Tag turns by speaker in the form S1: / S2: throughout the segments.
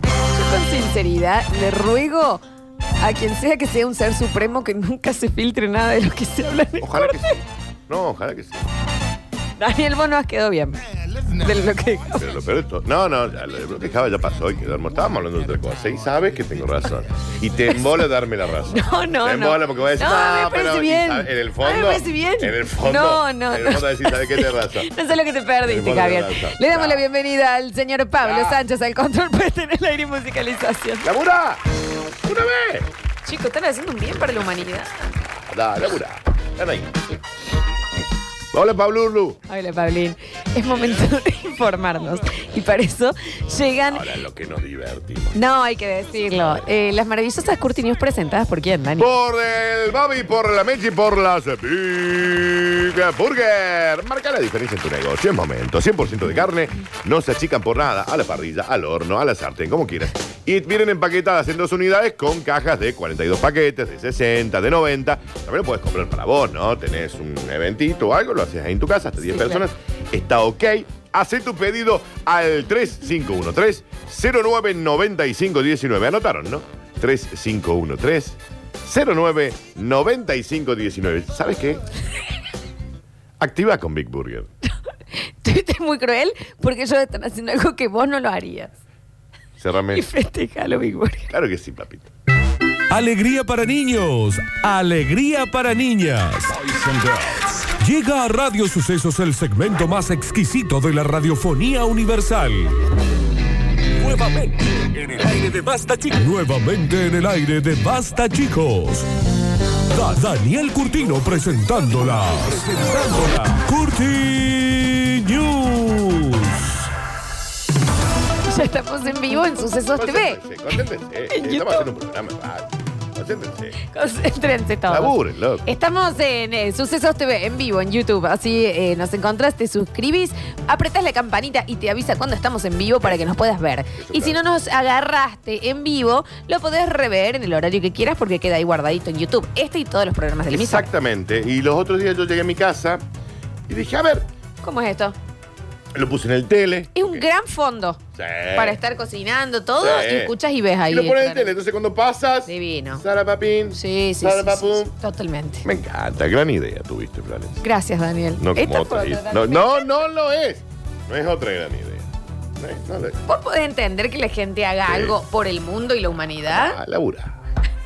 S1: total sinceridad, le ruego a quien sea que sea un ser supremo que nunca se filtre nada de lo que se habla en el
S2: Ojalá que
S1: corte.
S2: sí. No, ojalá que sí.
S1: Daniel, vos no has quedado bien de lo que dijo.
S2: Pero lo peor de todo- No, no, ya, lo que dejaba ya pasó y quedamos. Estábamos hablando de otra cosa. Y sabes que tengo razón. Y te embola darme la razón.
S1: No, no,
S2: Te
S1: no.
S2: embola porque voy a decir.
S1: No,
S2: "Ah,
S1: me parece
S2: pero", y
S1: bien.
S2: sabe- En el
S1: No,
S2: fondo.
S1: me parece bien.
S2: En el fondo.
S1: No, no,
S2: En el
S1: no.
S2: fondo decís, ¿sabes qué te razón?
S1: No sé lo que te
S2: Pero vos
S1: perdiste,
S2: no
S1: Javier.
S2: lanzás.
S1: Le damos
S2: Ya.
S1: la bienvenida al señor Pablo
S2: Ya.
S1: Sánchez al control para tener el aire y musicalización.
S2: ¡Labura! ¡Una vez!
S1: Chicos, están haciendo un bien para la humanidad.
S2: Da, labura. Están ahí. Hola, Pablo Urlu.
S1: Hola, Pablín. Es momento de informarnos. Y para eso llegan.
S2: Ahora lo que nos divertimos.
S1: No, hay que decirlo. Eh, las maravillosas Curti News presentadas por quién, Dani.
S2: Por el Babi, por la Mechi, por las Big Burger. Marca la diferencia en tu negocio. Es momento. 100% de carne. No se achican por nada. A la parrilla, al horno, a la sartén, como quieras. Y vienen empaquetadas en dos unidades con cajas de 42 paquetes, de 60, de 90. También lo puedes comprar para vos, ¿no? Tenés un eventito o algo, lo haces ahí en tu casa, hasta 10
S1: Sí,
S2: personas. Está ok. Hacé tu pedido al 3513-099519. Anotaron, ¿no? 3513-099519. ¿Sabes qué? Activa con Big Burger.
S1: Tuviste muy cruel porque ellos están haciendo algo que vos no lo harías.
S2: Cerrame.
S1: Y festejalo, Big Burger.
S2: Claro que sí, papito.
S3: Alegría para niños, alegría para niñas. Llega a Radio Sucesos el segmento más exquisito de la radiofonía universal. Nuevamente en el aire de Basta Chicos. Nuevamente en el aire de Basta Chicos. Da- Daniel Curtino presentándola. Presentándola. Curti News.
S1: Ya estamos en vivo en Sucesos TV.
S2: Concéntrense, concéntrense.
S1: En YouTube.
S2: Estamos haciendo un programa. va. Concéntrense.
S1: Concéntrense todos.
S2: Laburen, loco.
S1: Estamos en eh, Sucesos TV, en vivo, en YouTube. Así eh, nos encontrás, te suscribís, apretás la campanita y te avisa cuando estamos en vivo para que nos puedas ver. y si no
S2: claro.
S1: nos agarraste en vivo, lo podés rever en el horario que quieras porque queda ahí guardadito en YouTube. Este y todos los programas del mismo.
S2: Exactamente. Y los otros días yo llegué a mi casa y dije, a ver,
S1: ¿Cómo es esto?
S2: lo puse en el tele.
S1: Es un gran fondo para estar cocinando todo
S2: Eh. Sí.
S1: y escuchas y ves ahí.
S2: Y lo pones en el
S1: claro.
S2: tele. Entonces cuando pasas.
S1: Divino.
S2: Sara Papín.
S1: Sí, sí, sí,
S2: Sara
S1: sí, sí,
S2: Papum.
S1: sí, Totalmente.
S2: Me encanta, gran idea tuviste, Florencia.
S1: Gracias, Daniel.
S2: No como
S1: Esta fue
S2: otra.
S1: otra,
S2: idea. No,
S1: Daniel.
S2: no, no lo es. No es otra gran idea. No es, no lo es.
S1: ¿Vos podés entender que la gente haga
S2: Sí.
S1: algo por el mundo y la humanidad?
S2: Ah, labura.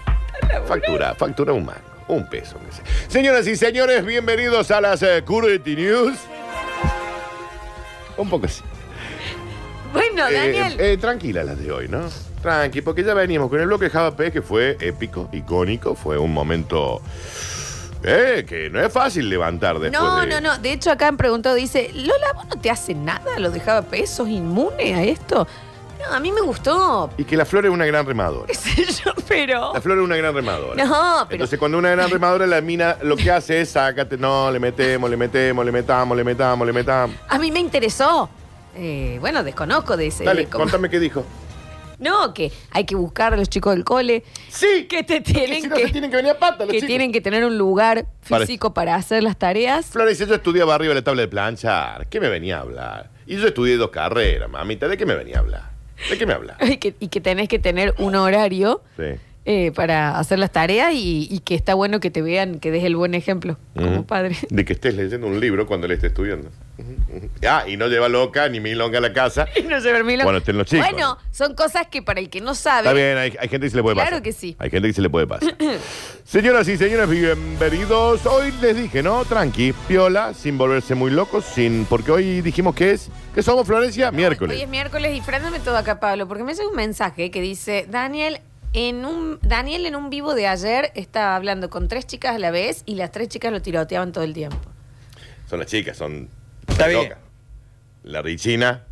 S2: Factura, factura un mango. Un peso. aunque sea. Señoras y señores, bienvenidos a las eh, Curity News. Un poco así.
S1: Bueno,
S2: Eh,
S1: Daniel.
S2: eh, tranquila las de hoy, ¿no? Tranqui, porque ya veníamos con el bloque de Java P, que fue épico, icónico, fue un momento eh, que no es fácil levantar después
S1: no,
S2: de-
S1: no, no. De hecho, acá han preguntado, dice, Lola, ¿vos no te hace nada? ¿Lo dejaba pesos inmune a esto? No, a mí me gustó.
S2: Y que la flor es una gran remadora.
S1: ¿Qué sé yo? Pero...
S2: La flor es una gran remadora.
S1: No, pero-
S2: Entonces, cuando una gran remadora, la mina lo que hace es sácate, no, le metemos, le metemos, le metamos, le metamos, le metamos.
S1: A mí me interesó. Eh, bueno, desconozco de ese...
S2: Dale,
S1: de cómo-
S2: contame qué dijo.
S1: No, que hay que buscar a los chicos del cole,
S2: Sí,
S1: que te
S2: porque
S1: tienen
S2: si no
S1: que...
S2: se tienen que venir a pata, los
S1: que
S2: chicos.
S1: tienen que tener un lugar
S2: Para-
S1: físico para hacer las tareas.
S2: Flor dice, yo estudiaba arriba de la tabla de planchar. ¿Qué me venía a hablar? Y yo estudié dos carreras, mamita. ¿De qué me venía a hablar? ¿De qué me habla?
S1: Y que, y que tenés que tener un horario
S2: Sí.
S1: eh, para hacer las tareas y, y que está bueno que te vean, que des el buen ejemplo como
S2: Ujú.
S1: padre.
S2: De que estés leyendo un libro cuando le estés estudiando. Ujú, ujú. Ah, y no lleva loca ni milonga a la casa.
S1: Y no llevar milonga.
S2: Cuando estén los chicos,
S1: Bueno, son cosas que para el que no sabe.
S2: Está bien, hay, hay gente que se le puede
S1: Claro
S2: pasar.
S1: que sí.
S2: Hay gente que se le puede pasar. Señoras y señores, bienvenidos. Hoy les dije, ¿no? Tranqui, piola, sin volverse muy locos, sin. Porque hoy dijimos que es. que somos Florencia?
S1: Hoy es
S2: Miércoles.
S1: miércoles y fréndame todo acá, Pablo, porque me llega un mensaje que dice, Daniel, en un, Daniel en un vivo de ayer estaba hablando con tres chicas a la vez y las tres chicas lo tiroteaban todo el tiempo.
S2: Son las chicas, son.
S4: Está bien.
S2: locas. La Richina,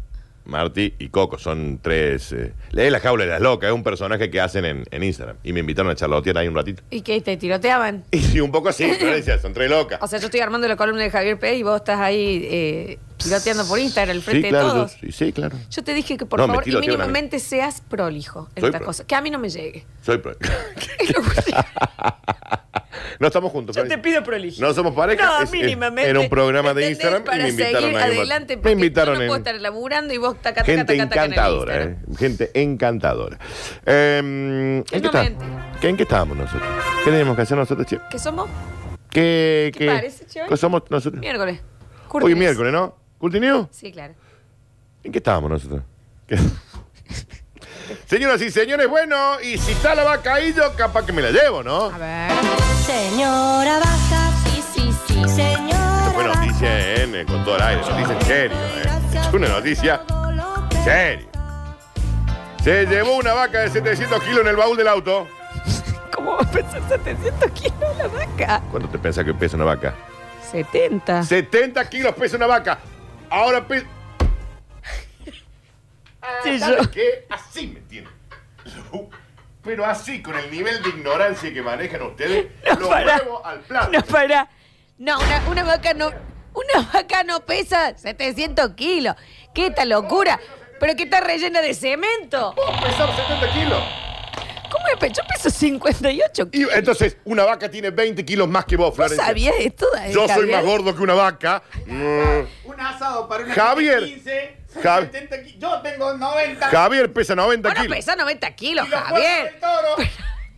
S2: Marty y Coco son tres. eh, es la jaula de las locas, es un personaje que hacen en, en Instagram. Y me invitaron a charlotear ahí un ratito.
S1: ¿Y qué? ¿Te tiroteaban?
S2: Y sí, un poco así, Florencia, son tres locas.
S1: O sea, yo estoy armando la columna de Javier Pérez y vos estás ahí eh, tiroteando por Instagram al frente
S2: sí, claro,
S1: de
S2: yo-
S1: todos.
S2: sí, sí, claro.
S1: Yo te dije que por
S2: No, me
S1: favor, y
S2: tiroteaban a mí.
S1: mínimamente seas prolijo en
S2: Soy
S1: estas
S2: pro-
S1: cosas. Que a mí no me llegue.
S2: Soy pro-
S1: Es lo único.
S2: No estamos juntos.
S1: Yo
S2: Florencia.
S1: te pido prolijidad.
S2: No somos pareja,
S1: No,
S2: es- es-
S1: mínimamente.
S2: era un programa de
S1: ¿Entendés?
S2: Instagram y
S1: Para
S2: me invitaron
S1: seguir
S2: a Guillermo.
S1: adelante,
S2: Me
S1: porque
S2: invitaron
S1: yo no puedo
S2: en-
S1: estar laburando y vos taca, taca,
S2: Gente
S1: taca, taca en el
S2: encantadora, ¿eh?
S1: Instagram.
S2: Gente encantadora. Eh,
S1: Que
S2: ¿en, qué
S1: no
S2: está-
S1: mente.
S2: ¿Qué- ¿En qué estábamos nosotros? ¿Qué teníamos que hacer nosotros, che?
S1: ¿Qué somos?
S2: ¿Qué,
S1: ¿Qué parece, che, hoy?
S2: qué somos nosotros?
S1: Miércoles.
S2: Hoy
S1: Curtines.
S2: miércoles, ¿no? ¿Cultineo?
S1: Sí, claro.
S2: ¿En qué estábamos nosotros? ¿Qué- Señoras y señores, bueno, y si está la vaca ahí, yo capaz que me la llevo, ¿no?
S1: A ver.
S4: Señora Vaca,
S1: Sí, sí, sí.
S4: señora
S2: Fue noticia en, eh, con todo el aire, noticia en serio, ¿eh? Es una noticia en serio. Se llevó una vaca de 700 kilos en el baúl del auto.
S1: ¿Cómo va a pesar 700 kilos la vaca?
S2: ¿Cuánto te pensás que pesa una vaca?
S1: 70.
S2: 70 kilos pesa una vaca. Ahora pesa.
S1: Sí,
S2: ¿Sabes
S1: yo.
S2: qué? Así me tiene. Lo- Pero así, con el nivel de ignorancia que manejan ustedes,
S1: No,
S2: lo
S1: pará.
S2: muevo al plato.
S1: No, para. No, una, una vaca no. Una vaca no pesa 700 kilos. ¿Qué esta locura? ¿Pero qué está rellena de cemento?
S2: Vos pesás 70 kilos.
S1: ¿Cómo es? Yo peso 58
S2: Y
S1: kilos.
S2: entonces, una vaca tiene 20 kilos más que vos,
S1: ¿Vos
S2: Florencia.
S1: sabías eh, esto?
S2: Yo soy
S1: Gabriel?
S2: más gordo que una vaca. Mm.
S5: Un asado para una
S2: Javier.
S5: gente de 15,
S2: Javi-
S5: 70 ki- Yo tengo 90
S2: Javier pesa 90
S1: Bueno,
S2: kilos.
S1: pesa 90 kilos,
S5: kilos fuera del
S1: Javier. Pues,
S5: toro.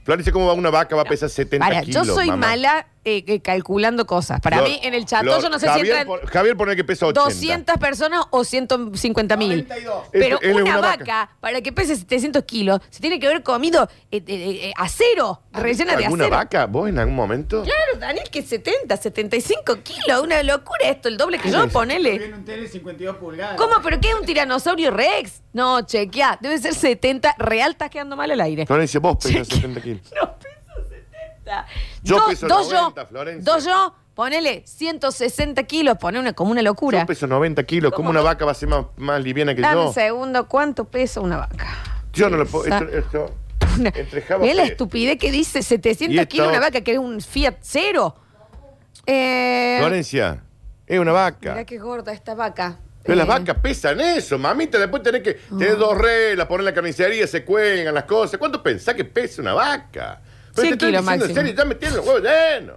S2: Florencia, ¿cómo va una vaca? Va a pesar 70
S1: Para, yo
S2: kilos.
S1: soy
S2: mamá.
S1: mala eh, eh, calculando cosas. Para
S2: Flor-
S1: mí, en el
S2: Flor,
S1: chato yo no sé
S2: Javier,
S1: si entran
S2: pon- Javier pone que pesa 80.
S1: 200 personas o 150 mil.
S5: 92.
S1: Pero
S2: Él- él es
S1: una,
S2: una
S1: vaca,
S2: vaca.
S1: para que pese 700 kilos, se tiene que haber comido eh, eh, eh, acero, rellena de acero.
S2: ¿Alguna vaca? ¿Vos en algún momento?
S1: Claro, Daniel, que 70, 75 kilos, una locura esto, el doble que yo,
S2: es?
S1: ponele.
S5: Tiene un tele de 52 pulgadas.
S1: ¿Cómo? ¿Pero qué es un tiranosaurio rex? No, chequea, debe ser 70, real estás quedando mal al aire.
S2: Florencia, vos pesas
S1: Che,
S2: 70 kilos.
S1: No, peso 70.
S2: Yo
S1: Do-
S2: peso
S1: dos
S2: 90,
S1: yo,
S2: Florencia.
S1: dos yo, ponele 160 kilos, pone una, como una locura.
S2: Yo peso 90 kilos. ¿Cómo,
S1: ¿Cómo
S2: una
S1: no?
S2: vaca va a ser más, más liviana que
S1: Dame
S2: yo?
S1: un segundo, ¿cuánto pesa una vaca?
S2: Yo no lo puedo.
S1: Pesa
S2: Esto, esto-
S1: una-
S2: entre Java
S1: Mirá la
S2: Fe-
S1: estupidez que dice
S2: Y
S1: 700
S2: esta
S1: kilos una
S2: otra.
S1: vaca que es un Fiat Cero. Eh,
S2: Florencia, es una vaca.
S1: mirá qué gorda esta vaca.
S2: Pero
S1: Eh, Ah.
S2: las vacas pesan eso, mamita. Después tenés que tener dos reglas, poner la carnicería, se cuelgan las cosas. ¿Cuánto pensás que pesa una vaca? Pero
S1: Cien
S2: te estoy
S1: kilos
S2: diciendo en
S1: máximo.
S2: serio, ya me tienen los huevos llenos.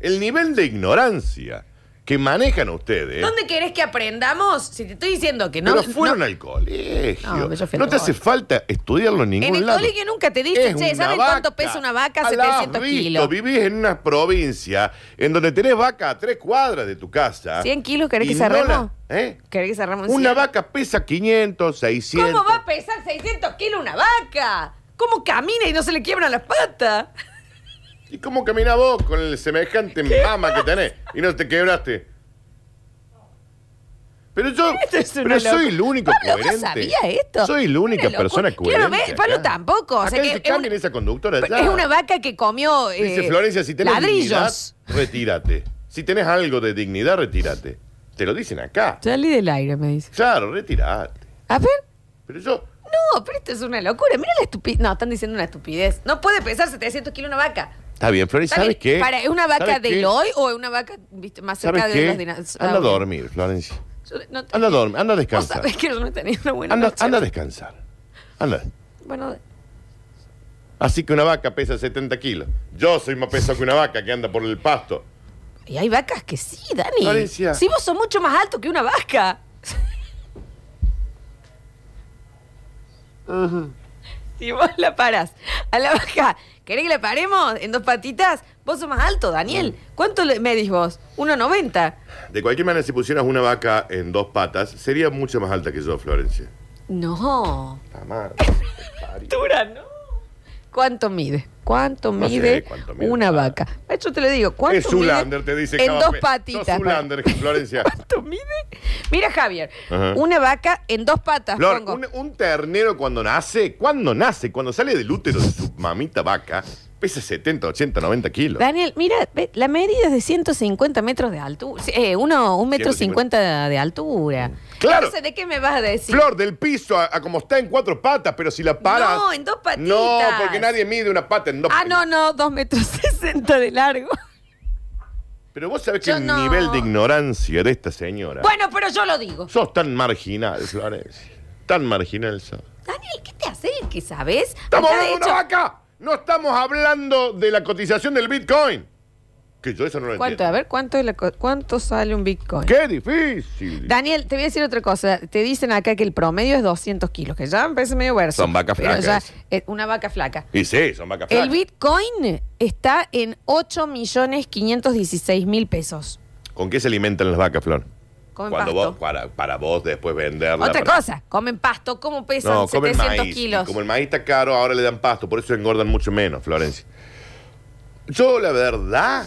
S2: El nivel de ignorancia que manejan ustedes.
S1: ¿Dónde querés que aprendamos? Si te estoy diciendo que no.
S2: Eh. pero fueron
S1: no-
S2: al colegio.
S1: No, pero yo fui al
S2: No te
S1: colegio.
S2: hace falta estudiarlo en ningún
S1: en el
S2: lado.
S1: colegio nunca te dije,
S2: Es
S1: che,
S2: una
S1: ¿saben cuánto
S2: vaca.
S1: pesa una vaca?
S2: Ah, la has
S1: 700
S2: visto.
S1: kilos.
S2: Vivís en una provincia en donde tenés vaca a tres cuadras de tu casa.
S1: 100 kilos, ¿querés
S2: y
S1: que
S2: no la-
S1: cerremos?
S2: ¿Eh?
S1: ¿Querés que cerramos en
S2: Una
S1: cien?
S2: vaca pesa 500, 600.
S1: ¿Cómo va a pesar 600 kilos una vaca? ¿Cómo camina y no se le quiebran las patas?
S2: ¿Y cómo caminás vos con el semejante mama que tenés? Y no te quebraste. Pero yo
S1: Esto es una
S2: pero soy
S1: locura.
S2: el único
S1: Pablo, ¿vos
S2: coherente.
S1: sabías esto?
S2: Soy la única
S1: Una
S2: persona
S1: locura.
S2: coherente.
S1: Claro, ¿ves? Pablo
S2: acá.
S1: tampoco, o sea
S2: Acá
S1: que
S2: se
S1: es
S2: cambien
S1: una-
S2: esa conductora.
S1: Pero
S2: ya.
S1: Es una vaca que comió eh,
S2: Dice Florencia, si tenés
S1: ladrillos.
S2: dignidad, retírate. Si tenés algo de dignidad, retírate. Te lo dicen acá.
S1: Salí del aire, me dice.
S2: Claro, retírate.
S1: A ver.
S2: Pero yo,
S1: No, pero esto es una locura. Mira la estupidez. No, están diciendo una estupidez. No puede pesar 700 kilos una vaca.
S2: está bien, Florencia,
S1: Está
S2: ¿sabes
S1: bien.
S2: qué?
S1: Para, ¿Es una vaca
S2: ¿Sabes
S1: de
S2: qué?
S1: hoy o es una vaca viste, más cerca
S2: ¿Sabes
S1: de los ah,
S2: qué?
S1: dinosaurios?
S2: Anda a dormir, Florencia.
S1: Yo no te-
S2: Anda a dormir, anda a
S1: Vos
S2: descansar.
S1: sabés que yo no he tenido una buena
S2: Anda,
S1: noche.
S2: anda a descansar. Anda.
S1: Bueno,
S2: Así que una vaca pesa 70 kilos. Yo soy más pesado que una vaca que anda por el pasto.
S1: y hay vacas que sí, Dani.
S2: Florencia.
S1: Si vos sos mucho más alto que una vaca. Si vos la parás a la vaca, ¿querés que la paremos en dos patitas? Vos sos más alto, Daniel.
S2: Mm.
S1: ¿Cuánto le medís vos? 1,90.
S2: De cualquier manera, si pusieras una vaca en dos patas, sería mucho más alta que yo, Florencia.
S1: No.
S2: Está mal.
S1: Altura, no. ¿Cuánto mide? ¿Cuánto
S2: No sé
S1: mide,
S2: cuánto mide
S1: una
S2: una
S1: vaca? Ah, Yo te lo digo. ¿cuánto
S2: Es
S1: mide
S2: Zoolander, te dice
S1: En
S2: cada
S1: dos
S2: pe-
S1: patitas.
S2: Sos Zoolander, Florencia.
S1: ¿Cuánto mide? Mira, Javier,
S2: Ajá.
S1: una vaca en dos patas,
S2: Flor,
S1: pongo.
S2: un, un ternero cuando nace, cuando nace, cuando sale del útero de su mamita vaca, pesa 70, 80, 90 kilos.
S1: Daniel, mira, ve, la medida es de 150 metros de altura. Sí, Eh, uno, un metro
S2: 150.
S1: cincuenta de altura.
S2: Mm. Claro.
S1: Entonces, ¿de qué me vas a decir?
S2: Flor del piso a, a como está en cuatro patas, pero si la paras.
S1: No, en dos patitas.
S2: No, porque nadie mide una pata en dos
S1: Ah, no,
S2: patitas.
S1: no, dos metros sesenta de largo.
S2: Pero vos sabés que
S1: Yo
S2: el
S1: no.
S2: nivel de ignorancia de esta señora.
S1: Bueno, pero yo lo digo.
S2: Sos tan marginal, Florencia. Tan marginal sos.
S1: Daniel, ¿qué te hace? ¿Qué sabes?
S2: ¡Estamos
S1: Acá, de
S2: hablando de una
S1: hecho-
S2: vaca! No estamos hablando de la cotización del Bitcoin. Que yo eso no lo
S1: ¿Cuánto? A
S2: entiendo.
S1: ver, ¿cuánto, es la co- ¿cuánto sale un Bitcoin?
S2: ¡Qué difícil!
S1: Daniel, te voy a decir otra cosa. Te dicen acá que el promedio es 200 kilos, que ya me parece medio verso.
S2: Son vacas
S1: Pero
S2: flacas.
S1: ya, eh, una vaca flaca.
S2: y sí, son vacas
S1: El
S2: flacas.
S1: Bitcoin está en 8 millones 516 mil pesos.
S2: ¿Con qué se alimentan las vacas, Flor?
S1: Comen
S2: Cuando
S1: pasto.
S2: vos, para, para vos después venderla.
S1: Otra
S2: para-
S1: cosa, comen pasto, ¿cómo pesan
S2: No, comen
S1: 700
S2: maíz.
S1: kilos?
S2: Y Como el maíz está caro, ahora le dan pasto, por eso engordan mucho menos, Florencia. Yo, la verdad,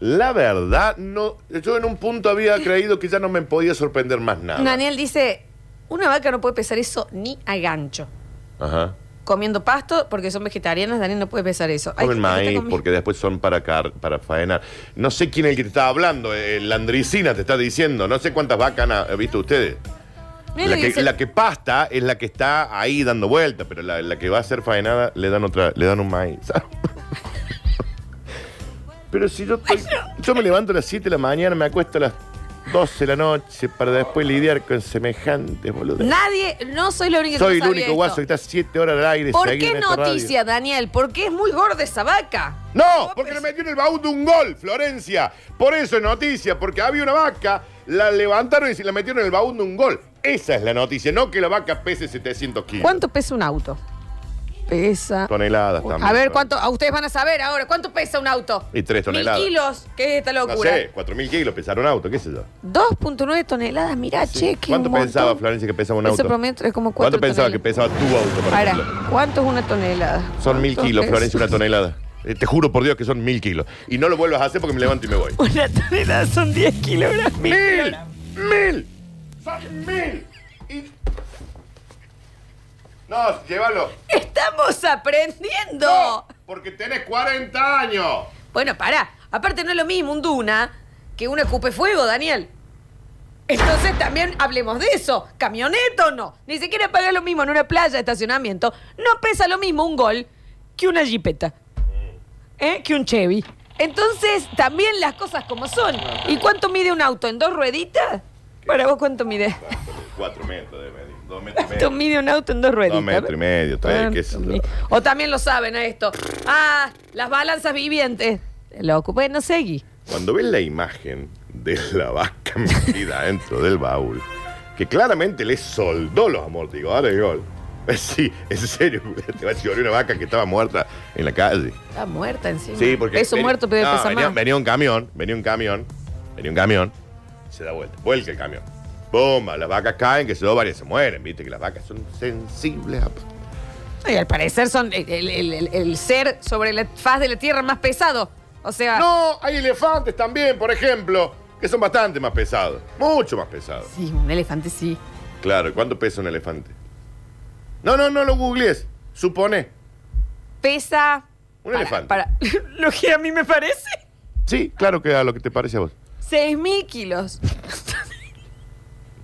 S2: la verdad, no. Yo en un punto había creído que ya no me podía sorprender más nada.
S1: Daniel dice, una vaca no puede pesar eso ni a gancho.
S2: Ajá.
S1: Comiendo pasto, porque son vegetarianas, Daniel no puede pesar eso. Hay gente
S2: Comen
S1: que está
S2: maíz
S1: comiendo-
S2: porque después son para, car- para faenar. No sé quién es el que te está hablando, eh, la Andricina te está diciendo. No sé cuántas vacas han eh, visto ustedes.
S1: Mira lo
S2: La
S1: que
S2: que,
S1: dice-
S2: la que pasta es la que está ahí dando vuelta, pero la, la que va a ser faenada le dan otra, le dan un maíz. pero si yo estoy- yo me levanto a las 7 de la mañana, me acuesto a las 12 de la noche para después lidiar con semejantes boludo.
S1: Nadie, no soy la única que
S2: Soy
S1: no
S2: el
S1: sabía
S2: único
S1: esto.
S2: guaso que está 7 horas al aire.
S1: ¿Por qué
S2: seguido en esta radio.
S1: noticia, Daniel? Porque es muy gorda esa vaca.
S2: No,
S1: Vos
S2: porque le
S1: pens-
S2: metió en el baúl de un gol, Florencia. Por eso es noticia, porque había una vaca, la levantaron y se la metieron en el baúl de un gol. Esa es la noticia, no que la vaca pese 700 kilos.
S1: ¿Cuánto pesa un auto? Pesa.
S2: Toneladas también.
S1: A ver,
S2: Florencia.
S1: ¿cuánto? A ustedes van a saber ahora. ¿Cuánto pesa un auto?
S2: Y tres toneladas.
S1: Mil kilos. ¿Qué es esta
S2: No
S1: locura?
S2: sé, 4.000 kilos pesar un auto, qué sé yo.
S1: 2.9 toneladas, mirá, che, qué
S2: ¿Cuánto
S1: un montón.
S2: pensaba Florencia que pesaba un auto?
S1: Eso promedio es como
S2: ¿Cuánto
S1: cuatro
S2: pensaba que
S1: toneladas.
S2: pesaba tu auto, por
S1: Para,
S2: ejemplo?
S1: ¿cuánto es una tonelada?
S2: Son mil
S1: ¿Cuánto
S2: kilos,
S1: es?
S2: Florencia, una tonelada. Eh, te juro por Dios que son mil kilos. Y no lo vuelvas a hacer porque me levanto y me voy.
S1: Una tonelada son 10 kilogramos.
S2: ¡Mil! ¡Mil! ¡Son mil! Y... No, llévalo.
S1: ¡Estamos aprendiendo!
S2: No, porque tenés 40 años.
S1: Bueno, pará. Aparte no es lo mismo un duna que una cupe fuego, Daniel. Entonces también hablemos de eso. Camioneta o no. Ni siquiera paga lo mismo en una playa de estacionamiento. No pesa lo mismo un gol que una jipeta. ¿Eh? Que un Chevy. Entonces, también las cosas como son. ¿Y cuánto mide un auto? ¿En dos rueditas? Para vos, ¿cuánto mide?
S2: 4 metros de medio, 2 metros y
S1: ¿Cuánto
S2: medio.
S1: mide un auto en dos rueditas?
S2: Dos metros y medio, tres, qué sé yo.
S1: Tanto mi- O también lo saben a esto. Ah, las balanzas vivientes. Lo ocupé, no seguí.
S2: Cuando ves la imagen de la vaca metida dentro del baúl, que claramente le soldó los amortiguadores de gol. Eh, Sí, en serio, te va a llorar una vaca que estaba muerta en la calle.
S1: Está muerta encima.
S2: Sí, porque.
S1: Peso
S2: ven-
S1: muerto, pero
S2: no,
S1: pesa
S2: venía,
S1: más.
S2: venía un camión, venía un camión, venía un camión, se da vuelta, vuelca el camión. Bomba, las vacas caen, que se doban y se mueren, viste, que las vacas son sensibles a.
S1: Y al parecer son el, el- el- el- el ser sobre la faz de la tierra más pesado. O sea,
S2: No, hay elefantes también, por ejemplo, que son bastante más pesados, mucho más pesados.
S1: sí, un elefante sí.
S2: Claro, ¿y ¿cuánto pesa un elefante? No, no, no lo googlees. Supone.
S1: Pesa.
S2: Un
S1: para-
S2: elefante.
S1: para- lo que a mí me parece.
S2: Sí, claro que a lo que te parece a vos.
S1: 6.000 kilos.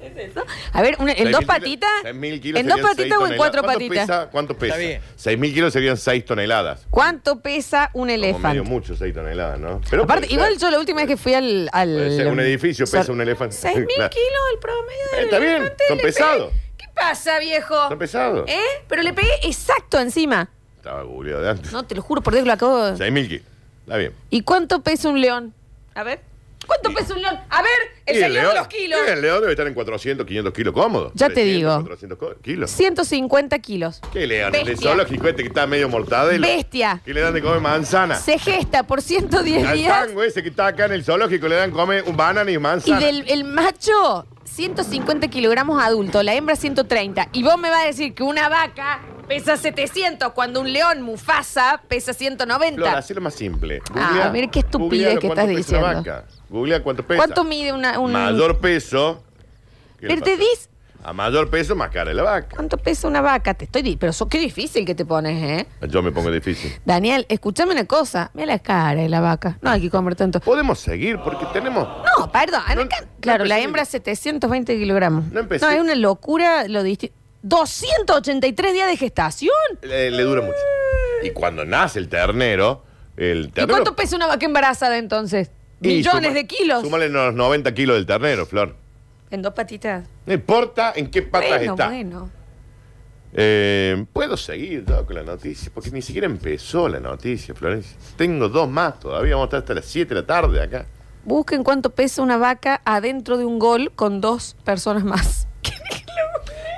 S1: ¿Es eso? A ver, una- en dos patitas. ¿En dos patitas o en cuatro patitas?
S2: ¿Cuánto pesa?
S6: Está bien.
S2: 6.000 kilos serían 6 toneladas.
S1: ¿Cuánto pesa un
S2: Como medio
S1: elefante?
S2: mucho 6 toneladas, ¿no? Pero
S1: Aparte,
S2: puede
S1: igual
S2: ser.
S1: yo la última vez que fui al. al
S2: Puede ser, un edificio pesa un elefante.
S1: 6.000
S2: Claro.
S1: kilos el promedio del
S2: Está bien,
S1: elefante,
S2: son
S1: le pegué.
S2: pesados.
S1: ¿Qué pasa, viejo?
S2: Son pesados.
S1: ¿Eh? Pero le pegué exacto encima.
S2: Estaba googleado de antes.
S1: No, te lo juro, por Dios lo acabo. de-
S2: 6.000 kilos. Está bien.
S1: ¿Y cuánto pesa un león? A ver. ¿Cuánto pesa un león? A ver, el
S2: Y
S1: señor
S2: león-
S1: de los kilos.
S2: y El león debe estar en 400, 500 kilos cómodo.
S1: Ya te digo.
S2: 400 kilos.
S1: 150 kilos.
S2: ¿Qué león?
S1: Bestia.
S2: El zoológico este que está medio mortadelo.
S1: Bestia.
S2: Y le dan de comer manzana.
S1: Se gesta por 110
S2: Al
S1: días.
S2: tango ese que está acá en el zoológico le dan come un banana y
S1: Y
S2: manzana.
S1: del el macho, 150 kilogramos adulto, la hembra 130. Y vos me vas a decir que una vaca pesa 700 cuando un león Mufasa pesa 190.
S2: Flor, hacelo más simple.
S1: Ah,
S2: Googlea-
S1: mira qué estupidez
S2: googlealo
S1: que
S2: cuánto
S1: estás
S2: pesa una
S1: diciendo.
S2: vaca. Googlea cuánto pesa.
S1: ¿Cuánto mide una, un...
S2: Mayor peso. ¿Qué le
S1: Pero te
S2: pasa?
S1: dis-
S2: A mayor peso, más cara es la vaca.
S1: ¿Cuánto pesa una vaca? Te estoy... di- Pero so- qué difícil que te pones, ¿eh?
S2: Yo me pongo difícil.
S1: Daniel, escúchame una cosa. Mira la cara de la vaca. No hay que comer tanto.
S2: Podemos seguir porque tenemos.
S1: No, perdón.
S2: No,
S1: acá-
S2: no
S1: claro, la
S2: empecé.
S1: hembra 720 kilogramos.
S2: No empecé.
S1: es una locura lo distinto. 283 días de gestación.
S2: Le, le dura mucho. Y cuando nace el ternero, el
S1: ¿Y
S2: ternero.
S1: cuánto pesa una vaca embarazada entonces?
S2: Y
S1: Millones
S2: suma-
S1: de kilos.
S2: Súmale los 90 kilos del ternero, Flor.
S1: En dos patitas.
S2: No importa en qué patas
S1: Bueno,
S2: está.
S1: bueno.
S2: Eh, Puedo seguir Doc, con la noticia, porque ni siquiera empezó la noticia, Florencia. Tengo dos más todavía, vamos a estar hasta las 7 de la tarde acá.
S1: Busquen cuánto pesa una vaca adentro de un gol con dos personas más.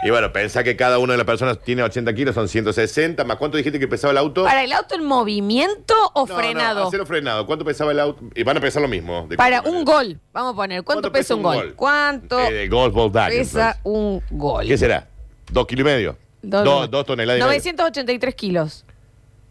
S2: Y bueno, pensá que cada una de las personas tiene 80 kilos, son 160, más cuánto dijiste que pesaba el auto.
S1: ¿Para el auto en movimiento o
S2: No, no,
S1: frenado?
S2: hacelo frenado. ¿Cuánto pesaba el auto? Y van a pesar lo mismo. de
S1: Para
S2: cualquier
S1: un
S2: manera.
S1: gol, vamos a poner. ¿Cuánto, pesa un gol? ¿Cuánto
S2: Eh, de golf Volkswagen,
S1: pesa
S2: Florencia.
S1: un gol?
S2: ¿Qué será? ¿Dos kilos y medio?
S1: Dos-
S2: dos, dos toneladas y medio.
S1: 983 kilos.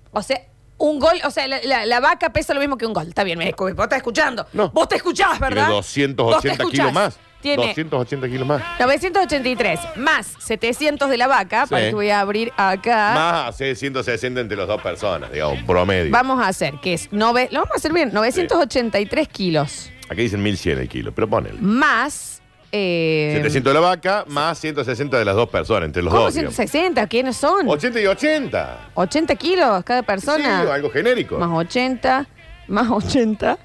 S1: O sea, un gol, o sea, la, la- la vaca pesa lo mismo que un gol. Está bien, me escu- vos estás escuchando.
S2: No.
S1: Vos te escuchás, ¿verdad?
S2: Tiene
S1: Vos te
S2: 280
S1: escuchás.
S2: kilos más.
S1: Tiene
S2: 280 kilos más.
S1: 983 más 700 de la vaca,
S2: Sí.
S1: para que voy a abrir acá.
S2: Más hace 160 entre las dos personas, digamos, promedio.
S1: Vamos a hacer, que es, nove, lo vamos a hacer bien, 983 kilos
S2: Aquí dicen 1100 el kilo, pero ponele.
S1: más... Eh,
S2: 700 de la vaca, más 160 de las dos personas, entre los
S1: ¿Cómo
S2: dos. digamos.
S1: 160? ¿Quiénes son?
S2: 80 y 80.
S1: 80 kilos cada persona.
S2: Sí, algo genérico.
S1: Más 80, más 80.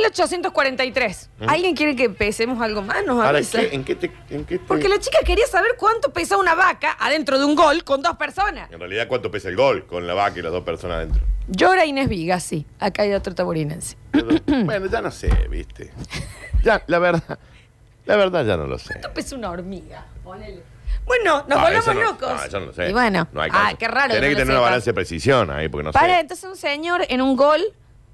S1: 1843. ¿Alguien quiere que pesemos algo más? Nos
S2: Ahora,
S1: avisa.
S2: ¿qué- ¿en qué te.? En, qué te-
S1: Porque la chica quería saber cuánto pesa una vaca adentro de un gol con dos personas.
S2: en realidad, ¿cuánto pesa el gol con la vaca y las dos personas adentro?
S1: Llora Inés Vigas, sí. Acá hay otro taburinense.
S2: Pero, bueno, ya no sé, ¿viste? Ya, la verdad. La verdad, ya no lo sé.
S1: ¿Cuánto pesa pues, una hormiga? Ponele. Bueno, nos
S2: Ah,
S1: volvemos
S2: eso no-
S1: locos.
S2: No, eso no lo sé.
S1: Y bueno,
S2: No hay
S1: ah,
S2: caso.
S1: qué raro.
S2: Tenés
S1: no
S2: que
S1: lo
S2: tener una
S1: sepa.
S2: balance de precisión ahí, porque no sé.
S1: Para, entonces un señor en un gol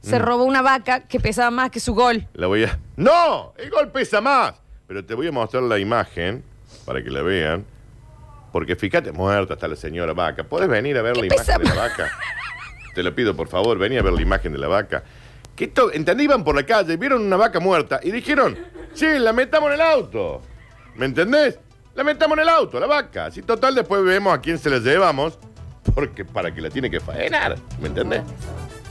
S1: se
S2: Mm.
S1: robó una vaca que pesaba más que su gol.
S2: La voy a. ¡No! El gol pesa más. Pero te voy a mostrar la imagen para que la vean. Porque fíjate, muerta está la señora vaca. ¿Podés venir a ver la
S1: ¿Qué
S2: imagen
S1: pesa
S2: de la
S1: más?
S2: vaca? Te lo pido, por favor, vení a ver la imagen de la vaca. Que esto, ¿entendés? Iban por la calle, vieron una vaca muerta y dijeron, che, la metamos en el auto. ¿Me entendés? La metamos en el auto, la vaca. Así total, después vemos a quién se la llevamos. Porque para que la tiene que faenar. ¿Me entendés?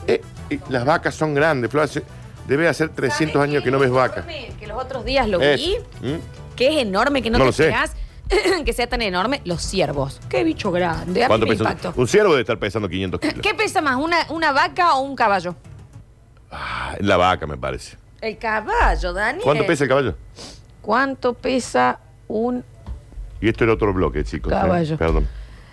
S2: Eh, eh, las vacas son grandes, Flor. hace- Debe hacer 300 años que no ves vacas.
S1: Que los otros días lo
S2: Es,
S1: vi,
S2: ¿Mm?
S1: que es enorme, que no,
S2: No lo
S1: te
S2: sé.
S1: creas que sea tan enorme. Los ciervos. Qué bicho grande. A mí
S2: ¿Cuánto
S1: me
S2: pesa? un-
S1: impactó.
S2: Un ciervo debe estar pesando 500 kilos.
S1: ¿Qué pesa más, una, una vaca o un caballo?
S2: Ah, La vaca, me parece.
S1: El caballo, Daniel.
S2: ¿Cuánto pesa el caballo?
S1: ¿Cuánto pesa un,
S2: Y esto era otro bloque, chicos. ¿eh?
S1: Caballo.
S2: Perdón.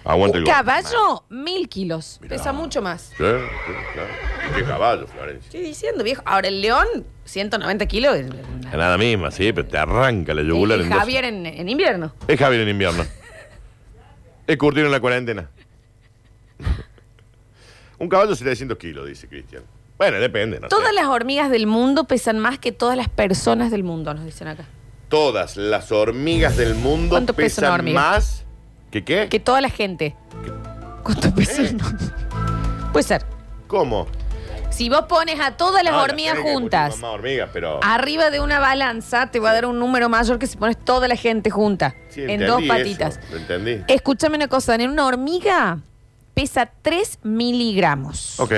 S2: Aguante
S1: un
S2: el gol.
S1: caballo? Mil kilos. Pesa mucho más.
S2: Sí, sí, claro. ¿Qué caballo, Florencia?
S1: Estoy diciendo, viejo. Ahora el león, 190 kilos. es una-
S2: Nada misma, sí, pero te arranca la yugular
S1: Y
S2: en dos.
S1: Javier en, en invierno.
S2: Es Javier en invierno. es curtir en la cuarentena. un caballo 700 kilos, dice Cristian. Bueno, depende, ¿no? sé.
S1: Todas las hormigas del mundo pesan más que todas las personas del mundo, nos dicen acá.
S2: Todas las hormigas del mundo
S1: ¿Cuánto pesa una
S2: pesan
S1: hormiga?
S2: más que qué?
S1: Que toda la gente.
S2: ¿Eh?
S1: ¿Cuánto pesa? una hormiga? Puede ser.
S2: ¿Cómo?
S1: Si vos pones a todas las
S2: No,
S1: hormigas
S2: sé que
S1: juntas, Ah,
S2: muchísimas Más hormigas, pero
S1: arriba de una balanza, te va a dar un número mayor que si pones toda la gente junta.
S2: Sí,
S1: en
S2: entendí
S1: dos
S2: eso,
S1: patitas. Eh,
S2: lo entendí.
S1: Escúchame una cosa, Daniel. Una hormiga pesa 3 miligramos.
S2: Ok.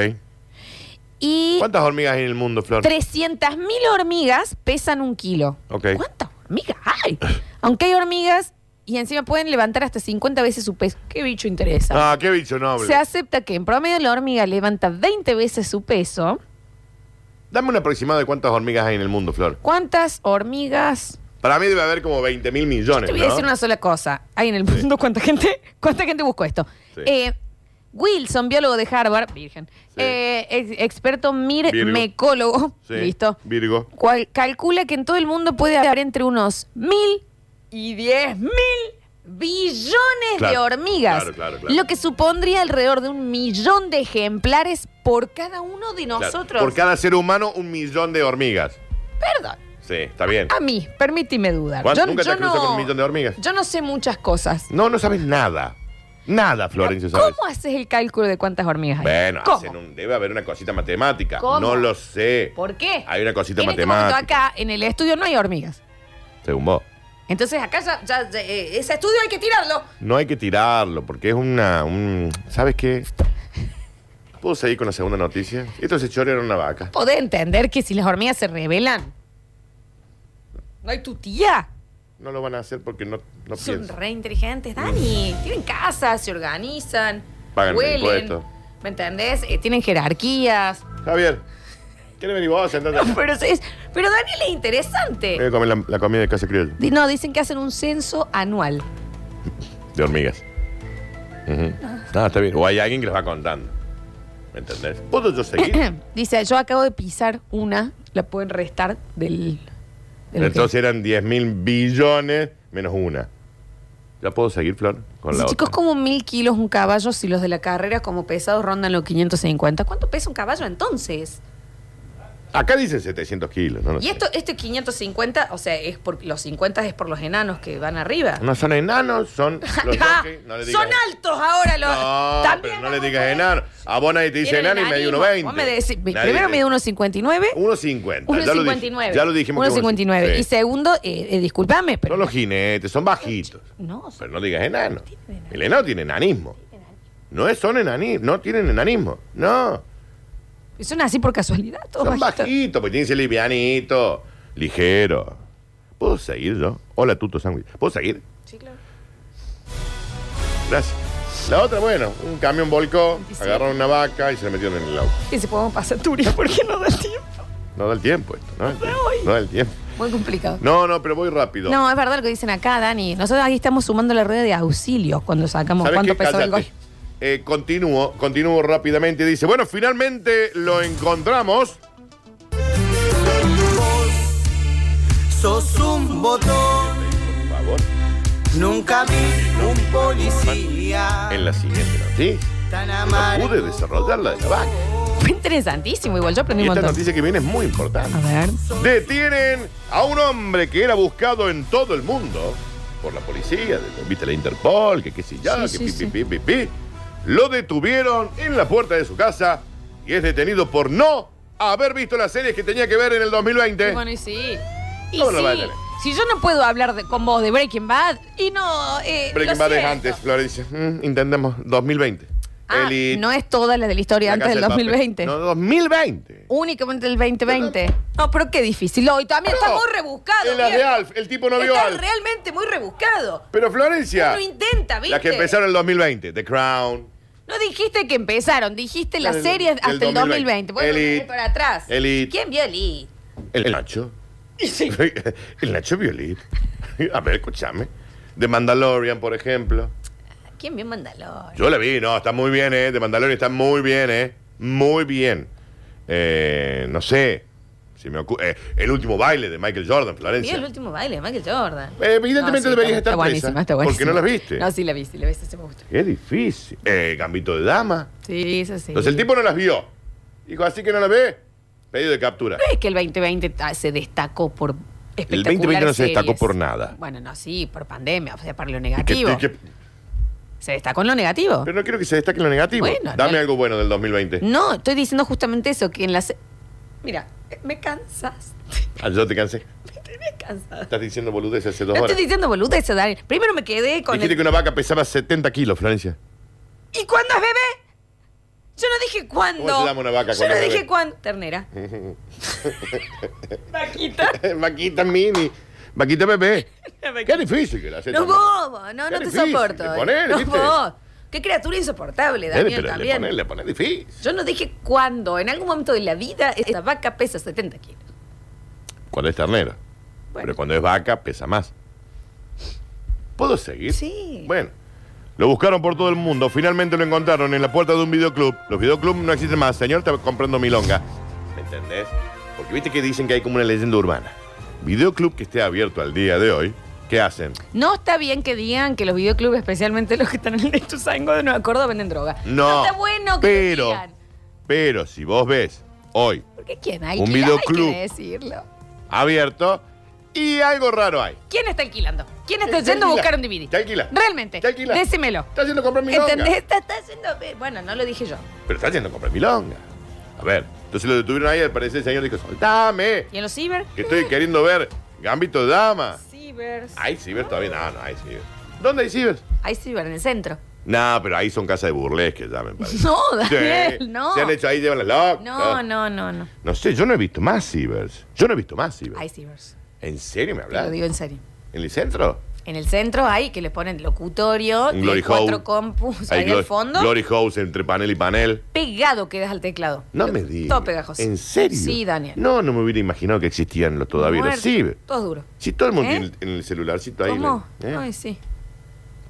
S1: Y
S2: ¿Cuántas hormigas hay en el mundo, Flor?
S1: 300.000 hormigas pesan un kilo.
S2: Ok.
S1: ¿Cuántas hormigas hay? Aunque hay hormigas y encima pueden levantar hasta 50 veces su peso. Qué bicho interesa.
S2: Ah, qué bicho noble.
S1: Se acepta que en promedio la hormiga levanta 20 veces su peso.
S2: Dame un aproximado de cuántas hormigas hay en el mundo, Flor.
S1: ¿Cuántas hormigas?
S2: Para mí debe haber como 20 mil millones,
S1: Te voy
S2: ¿no?
S1: a decir una sola cosa. Hay en el mundo cuánta gente, cuánta gente buscó esto.
S2: Sí.
S1: Eh, Wilson, biólogo de Harvard, virgen.
S2: Sí.
S1: Eh, ex- experto
S2: Virgo.
S1: mirmecólogo,
S2: Sí,
S1: listo.
S2: Virgo.
S1: Cual- calcula que en todo el mundo puede haber entre unos mil y diez mil billones de
S2: Claro,
S1: hormigas.
S2: claro, claro, claro.
S1: Lo que supondría alrededor de un millón de ejemplares por cada uno de
S2: Claro.
S1: nosotros.
S2: Por cada ser humano, un millón de hormigas.
S1: Perdón.
S2: Sí, está bien.
S1: A mí, permíteme dudar.
S2: ¿Cuánto- nunca te has cruzado con un millón de hormigas?
S1: Yo no sé muchas cosas.
S2: No, no sabes nada. Nada, Florencia, sabes.
S1: ¿Cómo haces el cálculo de cuántas hormigas hay?
S2: Bueno,
S1: ¿Cómo?
S2: hacen un- debe haber una cosita matemática.
S1: ¿Cómo?
S2: No lo sé.
S1: ¿Por qué?
S2: Hay una cosita
S1: En este
S2: matemática.
S1: momento acá, en el estudio, no hay hormigas.
S2: Según vos.
S1: Entonces acá ya, ya- ya, eh, ese estudio hay que tirarlo.
S2: No hay que tirarlo, porque es una. un- ¿Sabes qué? ¿Puedo seguir con la segunda noticia? Esto se choró era una vaca.
S1: ¿Podés entender que si las hormigas se rebelan? No hay tu tía.
S2: No lo van a hacer porque no, no
S1: Son
S2: piensan.
S1: re inteligentes, Dani. Tienen casa, se organizan,
S2: Pagan
S1: huelen.
S2: impuestos.
S1: ¿Me entendés? Eh, tienen jerarquías.
S2: Javier, ¿quieres venir vos? Sentate. acá.
S1: Pero, es, pero Daniel es
S2: Voy Eh.
S1: interesante.
S2: a comer la, la comida de casa criolla.
S1: Di- No, dicen que hacen un censo anual.
S2: De hormigas. Ujú. Ah, está bien. O hay alguien que les va contando. ¿Me entendés? ¿Puedo yo seguir?
S1: Dice, yo acabo de pisar una, la pueden restar del... del
S2: Entonces eran 10 mil billones menos una. ¿Ya puedo seguir, Flor? Con
S1: Dice,
S2: la
S1: chicos,
S2: otra.
S1: como mil kilos un caballo, si los de la carrera como pesados rondan los 550. ¿Cuánto pesa un caballo entonces?
S2: Acá dicen 700 kilos. No, lo
S1: Y
S2: sé.
S1: esto, este 550, o sea, es por los 50 es por los enanos que van arriba.
S2: No son enanos, son los
S1: Ah,
S2: jockeys. No le digas
S1: son altos ahora los.
S2: No,
S1: También
S2: pero no le
S1: vamos
S2: digas
S1: a-
S2: enano. A vos nadie te dice
S1: Tienen
S2: enano y me dio
S1: enanismo. Vos
S2: 1,20.
S1: me decís, mi-
S2: Nadie
S1: primero
S2: te-
S1: me dio 1,59.
S2: 1,50. Ya lo dije-
S1: 1,59.
S2: Ya lo dijimos. que
S1: 1,59.
S2: sí.
S1: Y segundo, eh, eh, discúlpame, pero.
S2: Son los jinetes, son bajitos.
S1: No,
S2: Pero no digas enano. El enano tiene enanismo. No es, son enanismo, no tienen enanismo. No.
S1: son así por casualidad. todos
S2: Son
S1: bajitos.
S2: bajitos, porque tienen que ser livianito, ligero. ¿Puedo seguir yo? Hola, Tuto Sándwich. ¿Puedo seguir?
S1: Sí, claro.
S2: Gracias. La otra, bueno, un camión volcó,
S1: 27.
S2: agarraron una vaca y se la metieron en el auto.
S1: Y si podemos pasar Turia, porque no da tiempo.
S2: No da el tiempo esto, ¿no? da el tiempo,
S1: voy.
S2: No da el tiempo.
S1: Muy complicado.
S2: No, no, pero voy rápido.
S1: No, es verdad lo que dicen acá, Dani. Nosotros aquí estamos sumando la rueda de auxilios cuando sacamos
S2: ¿Sabes
S1: cuánto
S2: qué?
S1: pesó el
S2: Cállate.
S1: gol.
S2: Eh, continúo, continúo rápidamente. Dice, bueno, finalmente lo encontramos.
S6: Sos un botón,
S2: Por favor,
S6: nunca vi un policía
S2: en la siguiente noticia.
S6: tan
S2: No
S6: amargo.
S2: pude desarrollar la de la vaca.
S1: Fue interesantísimo, igual yo aprendí
S2: Y
S1: un
S2: esta
S1: montón.
S2: noticia que viene es muy
S1: A
S2: importante.
S1: ver.
S2: Detienen a un hombre que era buscado en todo el mundo por la policía, de- viste la Interpol, que qué sé yo,
S1: Sí,
S2: que
S1: sí,
S2: pi, pi, pi, pi, pi. Lo detuvieron en la puerta de su casa y es detenido por no haber visto las series que tenía que ver en el 2020.
S1: Bueno, y sí. Y
S2: ¿Cómo no
S1: sí.
S2: va a tener?
S1: si yo no puedo hablar de- con vos de Breaking Bad, y no. Eh,
S2: Breaking
S1: lo
S2: Bad es
S1: siento.
S2: antes, Florencia. Mm, intentemos 2020.
S1: Ah,
S2: Elite,
S1: no es toda la de la historia
S2: La
S1: antes
S2: Casa
S1: del
S2: de Papel.
S1: 2020.
S2: No, 2020.
S1: Únicamente el 2020. No, pero qué difícil. Hoy también está
S2: No,
S1: muy rebuscado.
S2: Es la de
S1: viejo.
S2: Alf, el tipo no vio
S1: está
S2: Alf.
S1: realmente muy rebuscado.
S2: Pero Florencia,
S1: Uno intenta, ¿viste?
S2: las que empezaron en el 2020, The Crown.
S1: No dijiste que empezaron, dijiste las
S2: Del-
S1: series
S2: del
S1: hasta el 2020.
S2: 2020.
S1: Bueno,
S2: Elite.
S1: para atrás.
S2: Elite.
S1: ¿Quién vio Elite?
S2: El, el Nacho. el Nacho Violín. A ver, escúchame. The Mandalorian, por ejemplo.
S1: ¿Quién vio Mandalor?
S2: Yo la vi, no, está muy bien, ¿eh? The Mandalorian está muy bien, ¿eh? Muy bien. Eh, no sé. Si me ocu- eh, el último baile de Michael Jordan,
S1: Vio
S2: Florencia.
S1: el último baile de Michael Jordan.
S2: Evidentemente
S1: está,
S2: deberías estar
S1: está buenísima,
S2: presa,
S1: está buenísima.
S2: porque no la viste.
S1: No, sí la vi, sí la vi, sí me gusta.
S2: Qué difícil. Eh, Gambito de dama.
S1: Sí, eso sí.
S2: Entonces el tipo no las vio. Dijo, así que no las ve. Pedido de captura.
S1: ¿No es que el 2020 ta- se destacó por
S2: El
S1: espectacular
S2: 2020 no se
S1: series?
S2: destacó por nada.
S1: Bueno, no, sí, por pandemia, o sea, por lo
S2: Y que-
S1: negativo.
S2: y que-
S1: Se destacó en lo negativo.
S2: pero no quiero que se destaque lo negativo.
S1: Bueno,
S2: Dame
S1: no- Mm.
S2: algo bueno del 2020.
S1: No, estoy diciendo justamente eso, que en las... Mira, me cansas.
S2: Ah, yo te cansé.
S1: Me cansas.
S2: Estás diciendo boludez hace dos
S1: No
S2: horas.
S1: estoy diciendo boluda eso, Dani. Primero me quedé con
S2: Dijiste
S1: el...
S2: que una vaca pesaba 70 kilos, Florencia.
S1: ¿Y cuándo es bebé? Yo no dije cuándo.
S2: ¿Cómo se llama una vaca
S1: Yo no
S2: cuando es
S1: dije
S2: bebé?
S1: cuándo. Ternera. Vaquita.
S2: Vaquita mini. Vaquita bebé.
S1: La vaquita.
S2: Qué difícil que la haces.
S1: No bobo, no,
S2: Qué
S1: no te
S2: difícil,
S1: soporto. eh.
S2: de poner,
S1: no
S2: ¿viste?
S1: vos. Qué criatura insoportable,
S2: Eh,
S1: Daniel,
S2: pero le
S1: también.
S2: pones, le pones difícil.
S1: Yo no dije cuándo. En algún momento de la vida esta vaca pesa 70 kilos.
S2: Cuando es ternera.
S1: Bueno.
S2: Pero cuando es vaca, pesa más. ¿Puedo seguir?
S1: Sí.
S2: Bueno, lo buscaron por todo el mundo. Finalmente lo encontraron en la puerta de un videoclub. Los videoclubs no existen más. Señor, está comprando milonga. ¿Me entendés? Porque viste que dicen que hay como una leyenda urbana. Videoclub que esté abierto al día de hoy, ¿qué hacen?
S1: No está bien que digan que los videoclubes, especialmente los que están en el Echuzango de Nueva Córdoba, venden droga.
S2: No.
S1: está bueno que
S2: pero,
S1: lo digan.
S2: Pero si vos ves hoy
S1: ¿Por qué quién hay?
S2: Un videoclub.
S1: Hay que decirlo.
S2: abierto y algo raro hay.
S1: ¿Quién está alquilando? ¿Quién está
S2: Está
S1: yendo a buscar un
S2: alquila.
S1: DVD?
S2: Está alquila.
S1: Realmente.
S2: Está alquila.
S1: Decímelo.
S2: Está haciendo comprar milonga.
S1: ¿Entendés? Está, está yendo- Bueno, no lo dije yo.
S2: Pero está haciendo comprar milonga. A ver, entonces lo detuvieron ahí, al parecer el señor dijo, soltame,
S1: ¿Y en los ciber?
S2: que estoy queriendo ver Gambito de Dama.
S1: Cibers.
S2: ¿Hay ciber todavía? No, no hay ciber. ¿Dónde hay ciber?
S1: Hay ciber en el centro.
S2: No, pero ahí son casas de burlesque, ya me parece.
S1: No,
S2: Sí.
S1: Daniel, no.
S2: Se han hecho ahí, llevan las locas.
S1: No, no, no, no.
S2: No sé, yo no he visto más cibers. Yo no he visto más cibers.
S1: Hay cibers.
S2: ¿En serio me
S1: Te lo
S2: hablas?
S1: digo en serio.
S2: ¿En el centro?
S1: En el centro hay que le ponen locutorio,
S2: Un
S1: y
S2: Glory
S1: hay cuatro
S2: Hole.
S1: compus
S2: Hay
S1: ahí en
S2: glo-
S1: el fondo.
S2: Glory House entre panel y panel.
S1: Pegado quedas al teclado.
S2: No
S1: Lo-
S2: me digas.
S1: Todo pegajoso.
S2: ¿En serio?
S1: Sí, Daniel.
S2: No, no me hubiera imaginado que existían los todavía los
S1: Muerto.
S2: ciber.
S1: Todo duro.
S2: Si todo el mundo
S1: ¿Eh?
S2: tiene el- en el celularcito ahí.
S1: ¿Cómo?
S2: ¿eh?
S1: Ay, sí.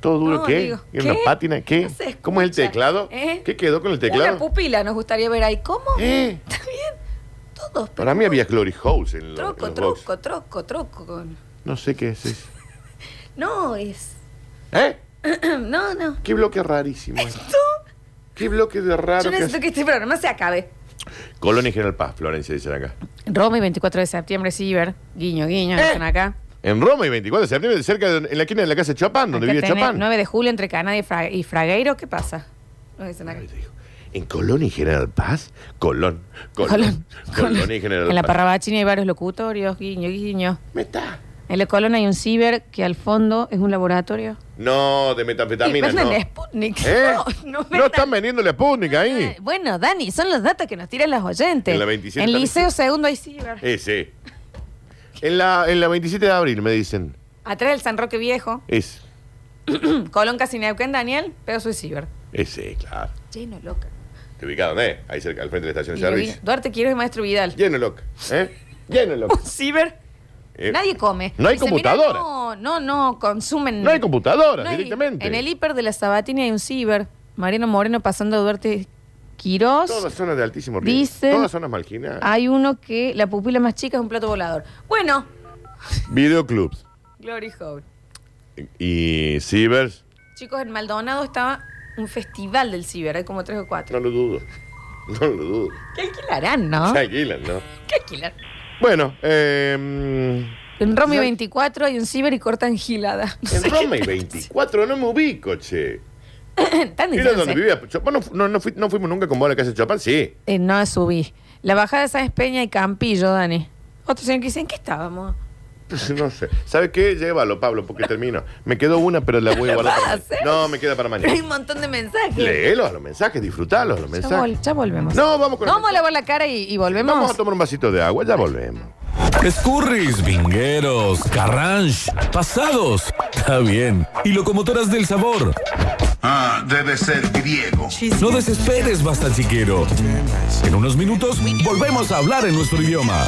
S2: Todo duro,
S1: No,
S2: ¿qué?
S1: digo,
S2: ¿Y una
S1: ¿qué?
S2: pátina? ¿Qué?
S1: No se
S2: ¿Cómo es el
S1: escucha,
S2: teclado?
S1: ¿eh?
S2: ¿Qué quedó con el
S1: Una
S2: teclado?
S1: pupila nos gustaría ver ahí. ¿Cómo?
S2: ¿Eh?
S1: Está bien. Todos. pero
S2: Para mí había Glory House en los, en
S1: Troco,
S2: los box.
S1: troco, troco, troco. con-
S2: No sé qué es eso.
S1: No, es...
S2: ¿Eh?
S1: no, no.
S2: Qué bloque rarísimo. es.
S1: ¿Tú?
S2: Qué bloque de raro.
S1: Yo
S2: que
S1: necesito
S2: es.
S1: que este programa se acabe.
S2: Colonia y General Paz, Florencia, dicen acá.
S1: Roma y 24 de septiembre, Ciber. Guiño, guiño,
S2: Eh.
S1: están acá.
S2: En Roma y 24 de septiembre, cerca de, en la esquina de la casa de Chopin, donde
S1: Acá
S2: vive
S1: tenés
S2: Chopin.
S1: 9 de julio entre Canadá y, Fra- y Fragueiro, ¿qué pasa? No dicen acá.
S2: Ahí te digo. En Colón y General Paz, Colón, Colón,
S1: Colón.
S2: Colón,
S1: Colón.
S2: y General
S1: En la
S2: Paz.
S1: Parrabachina hay varios locutorios, guiño, guiño.
S2: ¿Me está?
S1: En la Colón hay un ciber que al fondo es un laboratorio.
S2: No, de metanfetamina,
S1: Y venden
S2: no.
S1: Sputnik.
S2: ¿Eh?
S1: No, no
S2: no
S1: vendan-
S2: están vendiéndole Sputnik ahí.
S1: Bueno, Dani, son los datos que nos tiran las oyentes.
S2: En la 27
S1: En
S2: también Eh.
S1: Liceo Segundo hay ciber.
S2: Ese. En la, en la 27 de abril, me dicen.
S1: Atrás del San Roque Viejo.
S2: Es.
S1: Colón casi Neuquén, Daniel, pero soy ciber.
S2: Ese, claro.
S1: Lleno, loca.
S2: ¿Te ubicado dónde? es? Ahí cerca, al frente de la estación de
S1: Y
S2: servicio.
S1: Duarte- Duarte Quiero y Maestro Vidal.
S2: Lleno loco. ¿Eh? Lleno loco.
S1: Un ciber.
S2: Eh,
S1: Nadie come.
S2: No hay
S1: Dice, "Mirá,
S2: computadora.
S1: No, no, no, consumen.
S2: No hay computadoras
S1: No hay-
S2: directamente.
S1: En el hiper de la Sabatina hay un ciber. Mariano Moreno pasando a Duarte Quirós.
S2: Todas zonas de altísimo riesgo.
S1: Dicen-
S2: Todas zonas marginadas.
S1: Hay uno que la pupila más chica es un plato volador. Bueno,
S2: Videoclubs.
S1: Glory Hole.
S2: Y cibers.
S1: Chicos, en Maldonado estaba un festival del ciber, hay como tres o cuatro.
S2: No lo dudo. No lo dudo.
S1: ¿Qué alquilarán, no?
S2: Se alquilan, ¿no?
S1: ¿Qué alquilar?
S2: Bueno, eh, en
S1: En Romy 24 hay un ciber y cortan gilada. No sé
S2: Roma y
S1: qué-
S2: 24 no me ubico, che.
S1: Están
S2: Era
S1: diciendo,
S2: donde
S1: ¿sí?
S2: vivía Chopin. No, fu- no, no fui- no fuimos nunca con vos a la casa de Chopin, sí.
S1: Eh, no subí. La bajada de Sáenz Peña y Campillo, Dani. Otros señor que dicen, ¿qué estábamos?
S2: No sé. ¿Sabes qué? Llévalo, Pablo, porque termino. Me quedó una, pero la voy a guardar.
S1: vas a
S2: para mañana.
S1: hacer?
S2: No, me queda para
S1: Pero hay
S2: mañana.
S1: un montón de mensajes.
S2: Léelos a los mensajes, disfrutalos a los
S1: ya,
S2: mensajes.
S1: vol- ya volvemos.
S2: No, vamos con el
S1: Vamos a
S2: mensaje.
S1: lavar la cara y, y volvemos.
S2: Vamos a tomar un vasito de agua, ya volvemos.
S3: Escurris, vingueros, carranche, pasados. Está bien. Y locomotoras del sabor.
S7: Ah, debe ser griego.
S3: No desesperes, basta chiquero. En unos minutos volvemos a hablar en nuestro idioma.